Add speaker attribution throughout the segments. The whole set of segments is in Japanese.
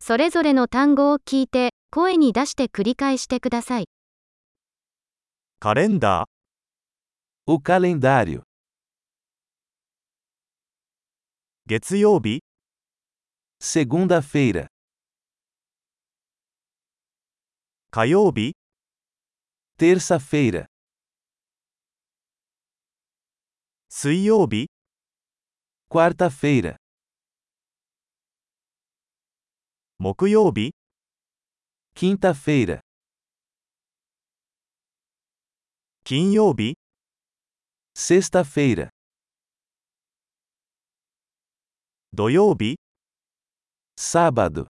Speaker 1: それぞれの単語を聞いて、声に出して繰り返してください。
Speaker 2: カレンダー、
Speaker 3: O calendário.
Speaker 2: 月曜日、
Speaker 3: Segunda-feira.
Speaker 2: 火曜日、
Speaker 3: Terça-feira.
Speaker 2: 水曜日、
Speaker 3: Quarta-feira.
Speaker 2: 木曜日、
Speaker 3: Quinta-feira.
Speaker 2: 金曜日、
Speaker 3: Sexta-feira.
Speaker 2: 土曜日、
Speaker 3: Sábado.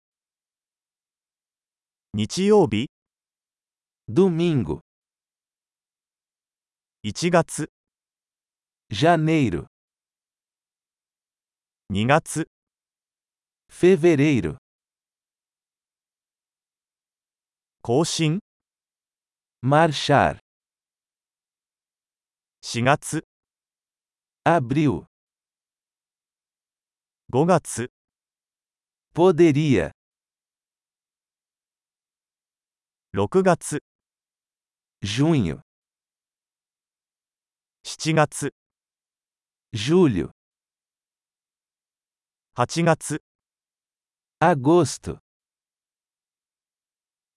Speaker 2: 日曜日、
Speaker 3: Domingo.
Speaker 2: 1月、
Speaker 3: Janeiro.
Speaker 2: 2月、
Speaker 3: Fevereiro.
Speaker 2: 更新、
Speaker 3: Marchar.
Speaker 2: 4月、
Speaker 3: Abril.
Speaker 2: 5月、
Speaker 3: Poderia.
Speaker 2: 6月、
Speaker 3: Junho.
Speaker 2: 7月、
Speaker 3: Julho.
Speaker 2: 8月、
Speaker 3: Agosto.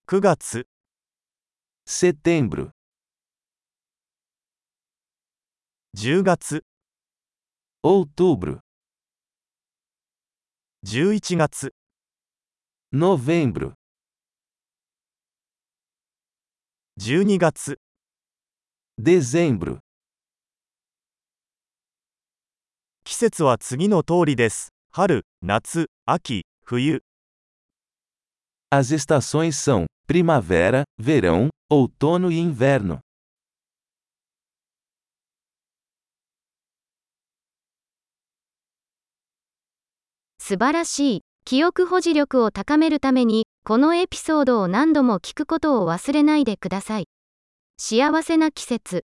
Speaker 2: 9月、
Speaker 3: Setembro.
Speaker 2: 10月、
Speaker 3: Outubro.
Speaker 2: 11月、
Speaker 3: Novembro.
Speaker 2: 12月、
Speaker 3: Dezembro.
Speaker 2: 季節は次の通りです。春、夏、秋、冬。
Speaker 3: As estações são: primavera, verão, outono e inverno.
Speaker 1: 素晴らしい。記憶保持力を高めるために、このエピソードを何度も聞くことを忘れないでください。幸せな季節。